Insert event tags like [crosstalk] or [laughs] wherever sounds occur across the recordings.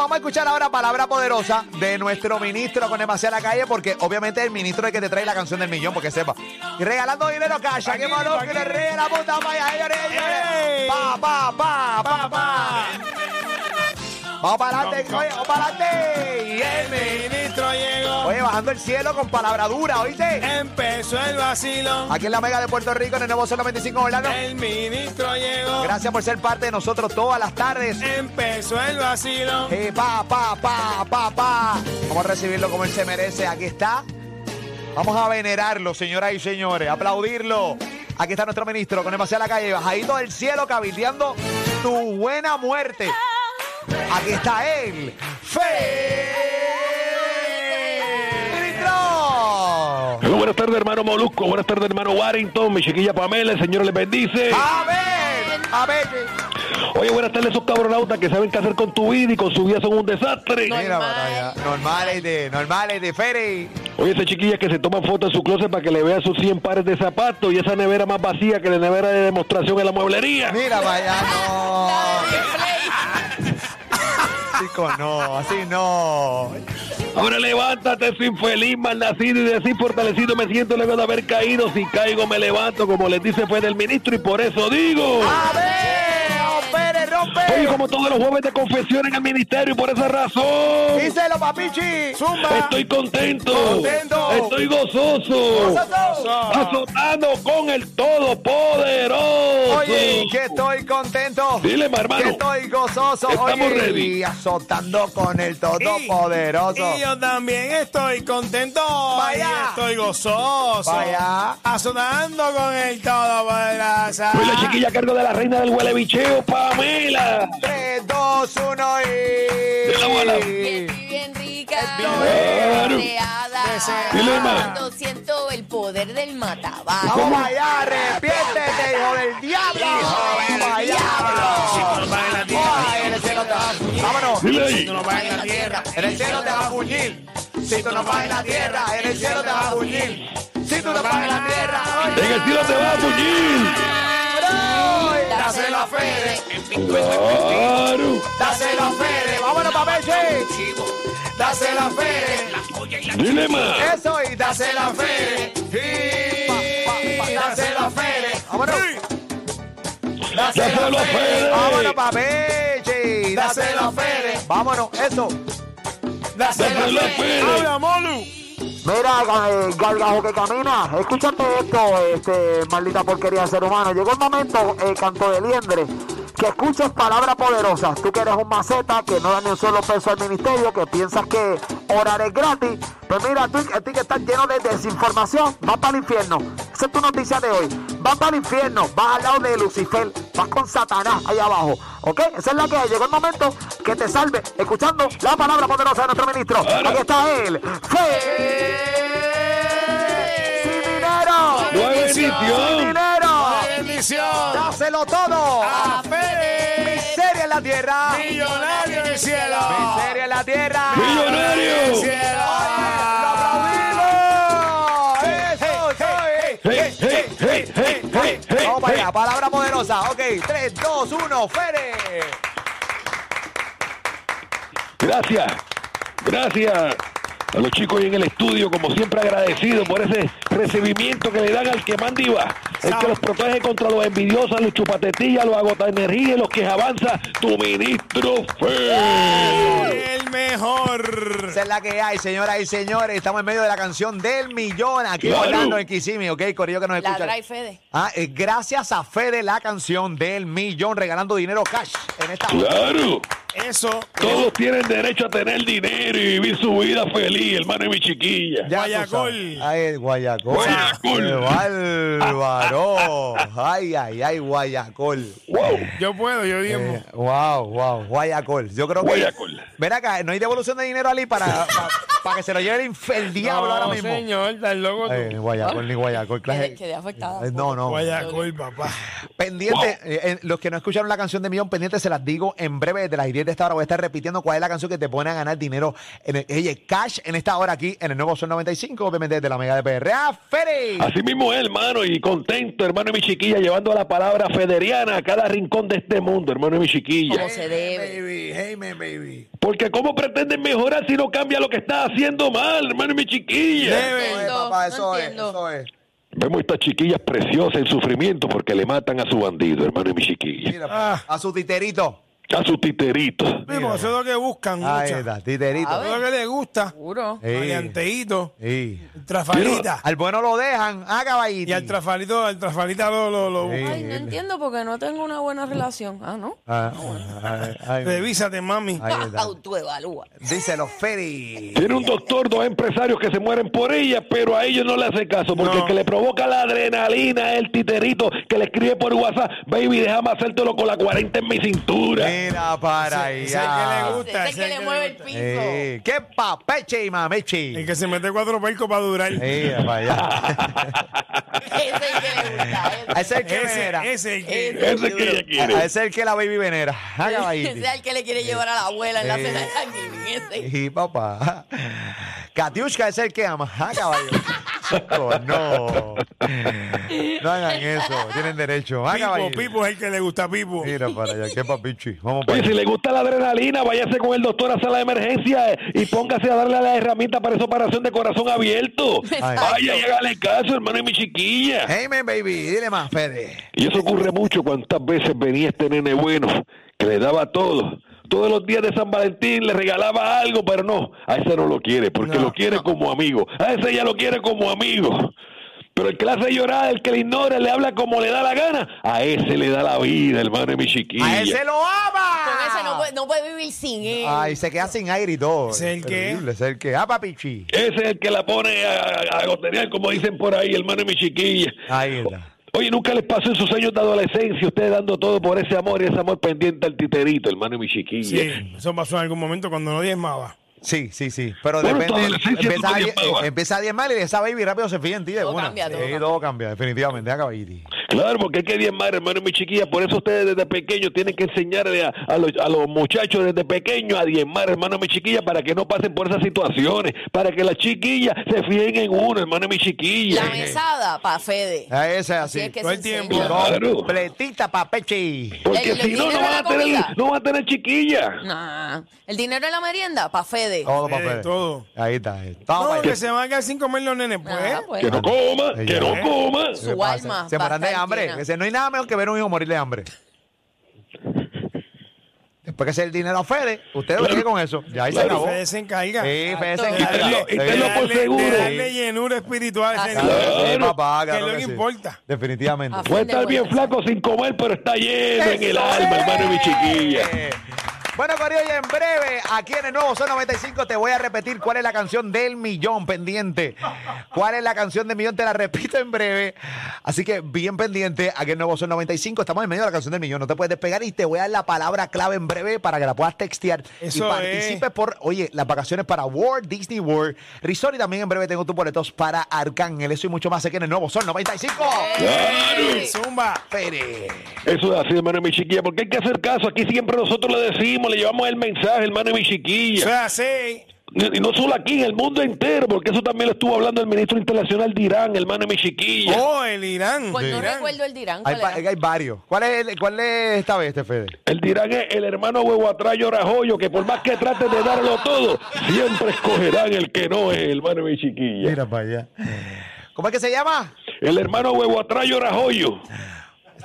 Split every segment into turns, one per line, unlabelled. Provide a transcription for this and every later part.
Vamos a escuchar ahora palabra poderosa de nuestro ministro con demasiada la calle, porque obviamente el ministro es el que te trae la canción del millón, porque sepa. Y regalando dinero, cash, aquí mano, que le ríe la puta vaya, señores, señores. Pa, pa, pa, pa, pa. Vamos para adelante, oye, vamos para adelante. Y
El
el-
ministro llegó,
Oye, bajando el cielo con palabra dura, ¿oíste?
empezó el vacilón.
Aquí en la Mega de Puerto Rico, en el nuevo Sol 95 Orlando.
El ministro llegó,
Gracias por ser parte de nosotros todas las tardes.
empezó el vacilón.
Eh, pa, pa, pa, pa, pa. Vamos a recibirlo como él se merece. Aquí está. Vamos a venerarlo, señoras y señores. Aplaudirlo. Aquí está nuestro ministro con demasiada la calle, bajadito del cielo, cabildeando tu buena muerte. Aquí está él. ¡Fe! ¡Ministro!
Bueno, buenas tardes, hermano Molusco. Buenas tardes, hermano Warrington. Mi chiquilla Pamela, el Señor les bendice.
A ver, a ver.
Oye, buenas tardes, esos cabronautas que saben qué hacer con tu vida y con su vida son un desastre.
Mira, batalla. Normales de, normales de Ferry.
Oye, esas chiquillas que se toman fotos en su closet para que le vean sus 100 pares de zapatos y esa nevera más vacía que la nevera de demostración en la mueblería.
[laughs] Mira para allá, no. Chico, no, así no.
Ahora levántate, soy infeliz, malnacido y de así fortalecido me siento luego de haber caído. Si caigo, me levanto, como les dice fue del ministro y por eso digo.
¡A ver! ¡Rompere,
Oye,
rompe!
como todos los jueves de confesión en el ministerio y por esa razón.
¡Díselo, papichi! ¡Zumba!
Estoy contento.
Contento.
Estoy gozoso.
Gozoso.
Azotando con el Todopoderoso.
Oye, que estoy contento.
Dile, mi
Que
hermano.
estoy gozoso.
Estamos
Oye,
ready.
y azotando con el Todopoderoso.
Y yo también estoy contento.
Vaya.
Y Estoy gozoso.
Vaya.
Azotando con el todo
Soy la chiquilla a cargo de la reina del huelebicheo, Pamela.
3, 2, 1
Dile, abuela.
y...
Bien rica,
Claro.
deseada,
Dile, hermana.
cuando siento el poder del mataval.
¡Vamos para allá! ¡Arrepiéntete, hijo del diablo!
Hijo del
¡Vamos allá! Ay, en el cielo te va a fuñir. ¡Vámonos!
Dile ahí.
la tierra.
En el cielo te va a fuñir. Si tú no vas en la tierra, en el cielo te va a fuñir. Si tú no vas en la tierra, oye.
En el cielo te va a bullir.
Dáselo a Fede,
Claro.
dáselo a Fede. Vámonos pa' Meche. Dáselo a Fede.
Dile más.
Eso y dáselo a Fede. Y dáselo a Fede. Vámonos.
Dáselo a Fede.
Vámonos pa' Meche. Dáselo a Fede. Vámonos, eso.
Dáselo a Fede.
Habla, Molu.
Mira, gar- gargajo que camina, escúchate esto, este, maldita porquería de ser humano. Llegó el momento, eh, canto de liendre, que escuches palabras poderosas. Tú que eres un maceta, que no da ni un solo peso al ministerio, que piensas que orar es gratis. Pues mira, tú, a ti que estás lleno de desinformación, vas para el infierno. Esa es tu noticia de hoy. Vas para el infierno, vas al lado de Lucifer, vas con Satanás ahí abajo. ¿Ok? Esa es la que hay. Llegó el momento que te salve escuchando la palabra poderosa de nuestro ministro.
Ahora.
Aquí está él.
¡Eh!
¡Fe! ¡Sin dinero!
No hay
¡Sin
bendición.
dinero!
Bendición.
Dáselo todo.
A Fede.
Miseria en la tierra.
Millonario en el cielo.
Miseria en la tierra.
Millonario.
¡Aplaudimos! ¡Eso, soy!
Hey, hey, hey, hey, hey, hey,
Vamos para
hey.
allá, palabra poderosa. Ok, 3, 2, 1, Fere.
Gracias, gracias. a los chicos ahí en el estudio, como siempre agradecido por ese recibimiento que le dan al que manda y va. El que los protege contra los envidiosos, los chupatetillas, los agotaenergías, los que avanza, tu ministro Feo.
El mejor.
Esa es la que hay, señoras y señores. Estamos en medio de la canción del millón aquí
Claro.
volando en Kissimmee, ¿ok? Corillo que nos
La
escucha.
trae Fede.
Ah, eh, gracias a Fede, la canción del millón, regalando dinero cash en esta
Claro,
Eso.
todos tienen derecho a tener dinero y vivir su vida feliz, hermano y mi chiquilla.
Ya tú
Guayacol.
sabes. Ay, el Guayacol.
Guayacol.
Qué bárbaro. Ay, ay, ay, Guayacol.
Wow,
Yo puedo, yo digo.
Eh, wow, wow, Guayacol. Yo creo que.
Guayacol.
Ven acá, no hay devolución de dinero Ali para, para, para que se lo lleve el, inf- el diablo
no,
ahora mismo.
señor, tan loco tú.
Ay, ni Guayacol, ni Guayacol. clase-
Quedé, quedé afectada.
Eh, no, no.
Guayacol, papá.
Pendiente, eh, eh, los que no escucharon la canción de Millón Pendiente, se las digo en breve desde las 10 de esta hora. Voy a estar repitiendo cuál es la canción que te pone a ganar dinero. En el, oye, cash en esta hora aquí en el nuevo Sol 95, obviamente desde la Mega de PRA. ¡Feri!
Así mismo es, hermano, y contento, hermano y mi chiquilla, llevando la palabra federiana a cada rincón de este mundo, hermano y mi chiquilla.
Como se debe.
Baby, hey me, baby.
Porque ¿cómo pretenden mejorar si no cambia lo que está haciendo mal, hermano y mi chiquilla?
Debe.
Eso es, papá, eso
No
es,
entiendo.
eso es.
Vemos estas chiquillas preciosas en sufrimiento porque le matan a su bandido, hermano y mi chiquilla.
Mira,
Ah.
a su titerito.
A su titerito.
Mimo, eso es lo que buscan
Ahí
muchas.
está, titerito.
Eso es lo que les gusta.
Seguro.
Sí.
Varianteíto.
Sí.
Trafalita.
Al bueno lo dejan, a caballito.
Y al trafalito, al trafalita lo, lo, lo
Sí.
Ay, no entiendo porque no tengo una buena relación. Ah, ¿no?
Ah, ay, ay,
Revísate, mami.
ahí está.
Autoevalúa.
Díselo, Feri.
Tiene un doctor, dos empresarios que se mueren por ella, pero a ellos no le hace caso, porque
No.
el que le provoca la adrenalina es el titerito que le escribe por WhatsApp, baby, déjame hacértelo con la 40 en mi cintura.
Mira para
Ese- ese es el que le
allá.
gusta,
Ese es
ese
el que le mueve el piso.
Eh, ¡Qué papeche y mameche!
El que se mete cuatro percos para durar.
Eh, para
[laughs]
allá.
Ese es el que le gusta.
A ese es el que
Ese,
venera.
ese es el que.
Ese es que ella quiere.
A ese es el que la baby venera. A
[laughs] Ese
caballito.
es el que le quiere llevar a la abuela en la
Eh.
cena de Thanksgiving. Ese.
Y papá. Katiushka es el que ama. A caballo. Chicos, no. No hagan eso. Tienen derecho. A
Pipo,
caballito.
Pipo es el que le gusta a Pipo.
Mira para allá. Qué papichi. Vamos para
Oye, si
allá.
le gusta la adrenalina, váyase con el doctor a sala de emergencia eh, y póngase a darle a la herramienta para esa operación de corazón abierto.
Ay.
Vaya y hágale caso, hermano y mi chiquilla.
Hey, man, baby. Dile más, Fede.
Y eso ocurre mucho cuántas veces venía este nene bueno, que le daba todo. Todos los días de San Valentín le regalaba algo, pero no, a ese no lo quiere, porque lo quiere como amigo. A ese ya lo quiere como amigo. Pero el que le hace llorar, el que le ignora, le habla como le da la gana, a ese le da la vida, hermano y mi chiquilla.
A ese lo ama.
Con ese no puede, no puede vivir sin él.
Ay, se queda sin aire y todo.
¿Es el qué?
Terrible, Es el que. Ah, papichi.
Ese es el que la pone a, a- a goterear, como dicen por ahí, hermano y mi chiquilla.
Ahí está.
Oye, nunca les pasó en sus años de adolescencia, ustedes dando todo por ese amor y ese amor pendiente al titerito, hermano y mi chiquilla.
Sí, eso pasó en algún momento cuando no diezmaba.
Sí, sí, sí. Pero
Bueno, tu
depende.
adolescencia tú
Empieza a,
también paga.
eh, empieza a diezmar y esa baby rápido se fija en ti de
Todo
una.
cambia,
sí,
todo cambia.
todo cambia, definitivamente. A caballito.
Claro, porque hay que diezmar, hermano y mi chiquilla. Por eso ustedes desde pequeños tienen que enseñarle a, a los, a los muchachos desde pequeños a diezmar, hermano y mi chiquilla, para que no pasen por esas situaciones. Para que las chiquillas se fijen en uno, hermano y mi chiquilla.
La mesada para Fede.
A Ah, ese es así.
Así es que
Todo
se
el tiempo.
enseña.
Claro.
Completita, papechi.
Porque si
El-
no,
el
no
dinero
van, a
de la
tener,
comida.
no van a tener chiquilla.
Nah. El dinero de la merienda para Fede.
Todo
Sí,
papel.
todo.
Ahí está. eh.
No,
Todo papel.
que se van a quedar sin comer los nenes, pues.
Ah, pues.
Que no coma,
Ella-
que no coma.
¿Qué
su
pasa?
alma
Se
va a
mueran de
estar
hambre.
llena.
Que se- no hay nada mejor que ver a un hijo morir de hambre. Después que se el dinero a Fede, usted lo tiene con eso. Ya ahí se
Claro.
acabó.
Fede se encarga.
Sí, Fede se
Y
De darle-
encarga.
tenlo- y tenlo
de
por
darle-
seguro. Ah,
de darle llenura espiritual a ese
Así
niño.
Sí,
Claro.
papá,
Que
claro
es lo que
sí.
importa.
Definitivamente.
A
Puede estar bien flaco sin comer, pero está lleno en el alma, hermano y mi chiquilla.
Bueno, Corillo, y en breve, aquí en el nuevo Son 95, te voy a repetir cuál es la canción del millón pendiente. ¿Cuál es la canción del millón? Te la repito en breve. Así que bien pendiente, aquí en el nuevo Son 95, estamos en medio de la canción del millón. No te puedes despegar y te voy a dar la palabra clave en breve para que la puedas textear. y
Eso
participes
es.
por, oye, las vacaciones para Walt Disney World Resort. Y también en breve tengo tus boletos para Arcángel. Eso y mucho más aquí en el nuevo Son 95.
Claro.
Zumba.
Pérez.
¿Ah? Eso es así, hermano y mi chiquilla, porque hay que hacer caso. Aquí siempre nosotros le decimos, le llevamos el mensaje, hermano y mi
Eso es
chiquilla.
así.
y no solo aquí, en el mundo entero, porque eso también lo estuvo hablando el ministro internacional de Irán, hermano de mi chiquilla.
Oh, el Irán.
Pues no
Irán.
recuerdo el dirán.
Hay,
¿cuál
pa-
era?
hay varios. ¿Cuál es, el- ¿Cuál es esta vez, este Fede?
El de Irán es el hermano huevo atrás Rajoyo, que por más que trates de darlo todo, siempre escogerán el que no es, hermano de mi chiquilla.
para allá. ¿Cómo es que se llama?
El hermano huevo atrás Rajoyo.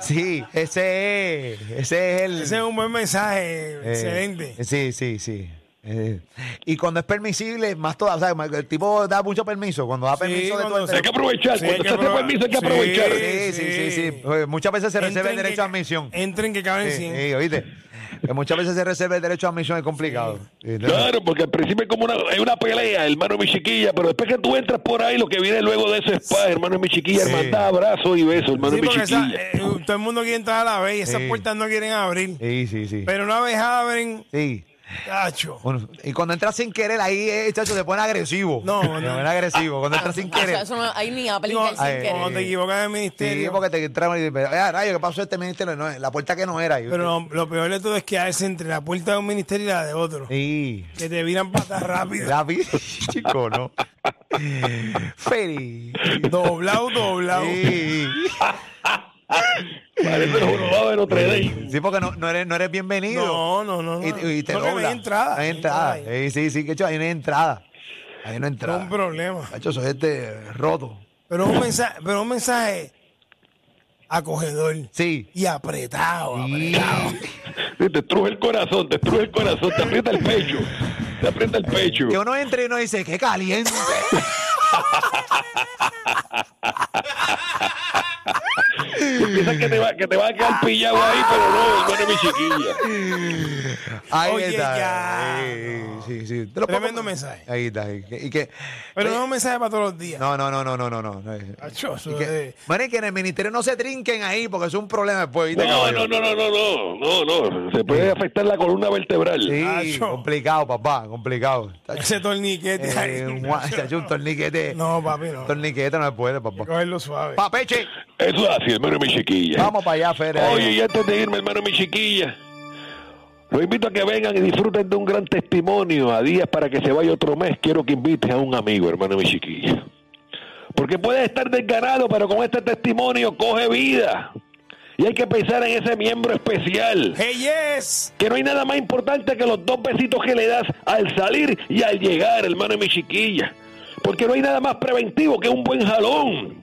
Sí, ese es. Ese es el.
Ese es un buen mensaje.
eh,
Excelente.
Sí, sí, sí. Eh, y cuando es permisible, más todavía. O sea, el tipo da mucho permiso. Cuando da
Sí,
permiso de
cuando
todo
se-
Hay que aprovechar,
Sí,
cuando
hay que
usted se
aprove-
permiso hay que
sí.
aprovechar.
Sí, sí, sí, sí.
sí.
Pues Muchas veces se
Entren
reserva el
que
derecho a
ca-
admisión.
Entren que caben
Sí,
100.
sí, oíste. Que muchas veces se reserva el derecho a admisión, es complicado. Sí, ¿no?
Claro, porque al principio es como una, es una pelea, hermano mi chiquilla, pero después que tú entras por ahí, lo que viene luego de eso es paz, hermano mi chiquilla,
Sí.
hermandad, abrazo y beso, hermano
Sí,
mi
porque esa-
chiquilla.
eh, todo el mundo quiere entrar a la vez y esas
Sí.
puertas no quieren abrir.
Sí, sí, sí.
Pero una vez abren,
Sí.
cacho.
Bueno, y cuando entras sin querer, ahí, eh, chacho, se pone agresivo.
No,
se
no.
pone agresivo. Cuando entras sin
Ah, O sea,
querer.
[laughs] eso no, ahí ni
Digo,
aplica el sin
ay,
querer.
Cuando te equivocas del
Sí,
ministerio.
porque te entraban y dices, "Ah, rayo, ¿qué pasó este ministerio? No, la puerta que no era. Y-
Pero lo, lo peor de todo es quedarse entre la puerta de un ministerio y la de otro.
Sí.
Que te viran patas rápido.
David, [laughs] chico, no. [laughs] Feliz.
Doblado, doblado.
Sí.
Parece el jorobado de Notre Dame.
Sí, porque no, no eres, no eres bienvenido.
No, no, no, no.
Y, y te
No, que no hay
dobla.
entrada.
No hay entrada.
No hay
Sí,
entrada.
sí, sí, que hecho, ahí no hay entrada. Ahí no hay
No
entrada.
es un problema.
Chacho, soy este roto.
Pero es un mensaje, pero es un mensaje acogedor
Sí.
y apretado.
Y-
apretado.
Sí, Te estruje el corazón, te estruje el corazón, te aprieta el pecho, te aprieta el pecho.
Que uno entre y uno dice, qué caliente.
Piensas que te, va, que te va a quedar pillado ahí, pero no, hermano mi chiquilla.
Ahí
Oye,
está.
ya.
Sí, sí, sí. Te lo
Tremendo
pongo-
mensaje.
Ahí está. Y que, y que-
Pero
eh,
no es un mensaje para todos los días.
no, no, no, no, no, no, no. no, eh.
Acho, eso
Y que,
es-
bueno, y que en el ministerio no se trinquen ahí porque es un problema después. ¿viste,
No,
caballo?
no, no, no, no, no, no, no, se puede afectar la columna vertebral.
Sí,
Acho.
complicado, papá, complicado. Está-
[laughs] Ese torniquete ahí.
Eh, un gua- chacho, un torniquete.
No, papi, no.
Torniquete no se puede, papá.
Cogerlo suave.
Papeche,
Eso es así, hermano mi chiquilla.
vamos para allá, Fede.
Oye,
[laughs]
y antes de irme, hermano, mi chiquilla, los invito a que vengan y disfruten de un gran testimonio a días para que se vaya otro mes. Quiero que invites a un amigo, hermano, mi chiquilla. Porque puedes estar desganado, pero con este testimonio coge vida. Y hay que pensar en ese miembro especial.
Hey, yes.
Que no hay nada más importante que los dos besitos que le das al salir y al llegar, hermano, mi chiquilla. Porque no hay nada más preventivo que un buen jalón.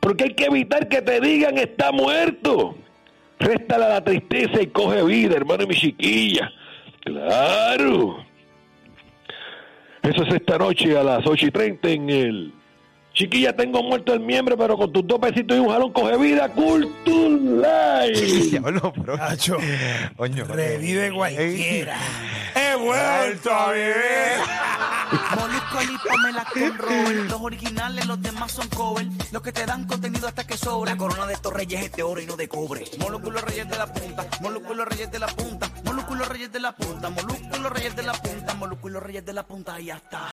Porque hay que evitar que te digan está muerto. Réstala la tristeza y coge vida, hermano y mi chiquilla. Claro. Eso es esta noche a las 8 y 30 en el. Chiquilla, tengo muerto el miembro, pero con tus dos besitos y un jalón coge vida. Cultural.
Diablo, bro.
Cacho.
Coño, Eh, no te-
Revive cualquiera. He vuelto
Vuelto
a
a
vivir.
vivir.
Molusco y Pamela con Robert. Los originales, los demás son cover. Los que te dan contenido hasta que sobra. La corona de estos reyes es de oro y no de cobre. Molusco y los reyes de la punta. Molusco y los reyes de la punta. Molusco y los reyes de la punta. Molusco y los reyes de la punta. Molusco y los reyes de la punta. Y ya está.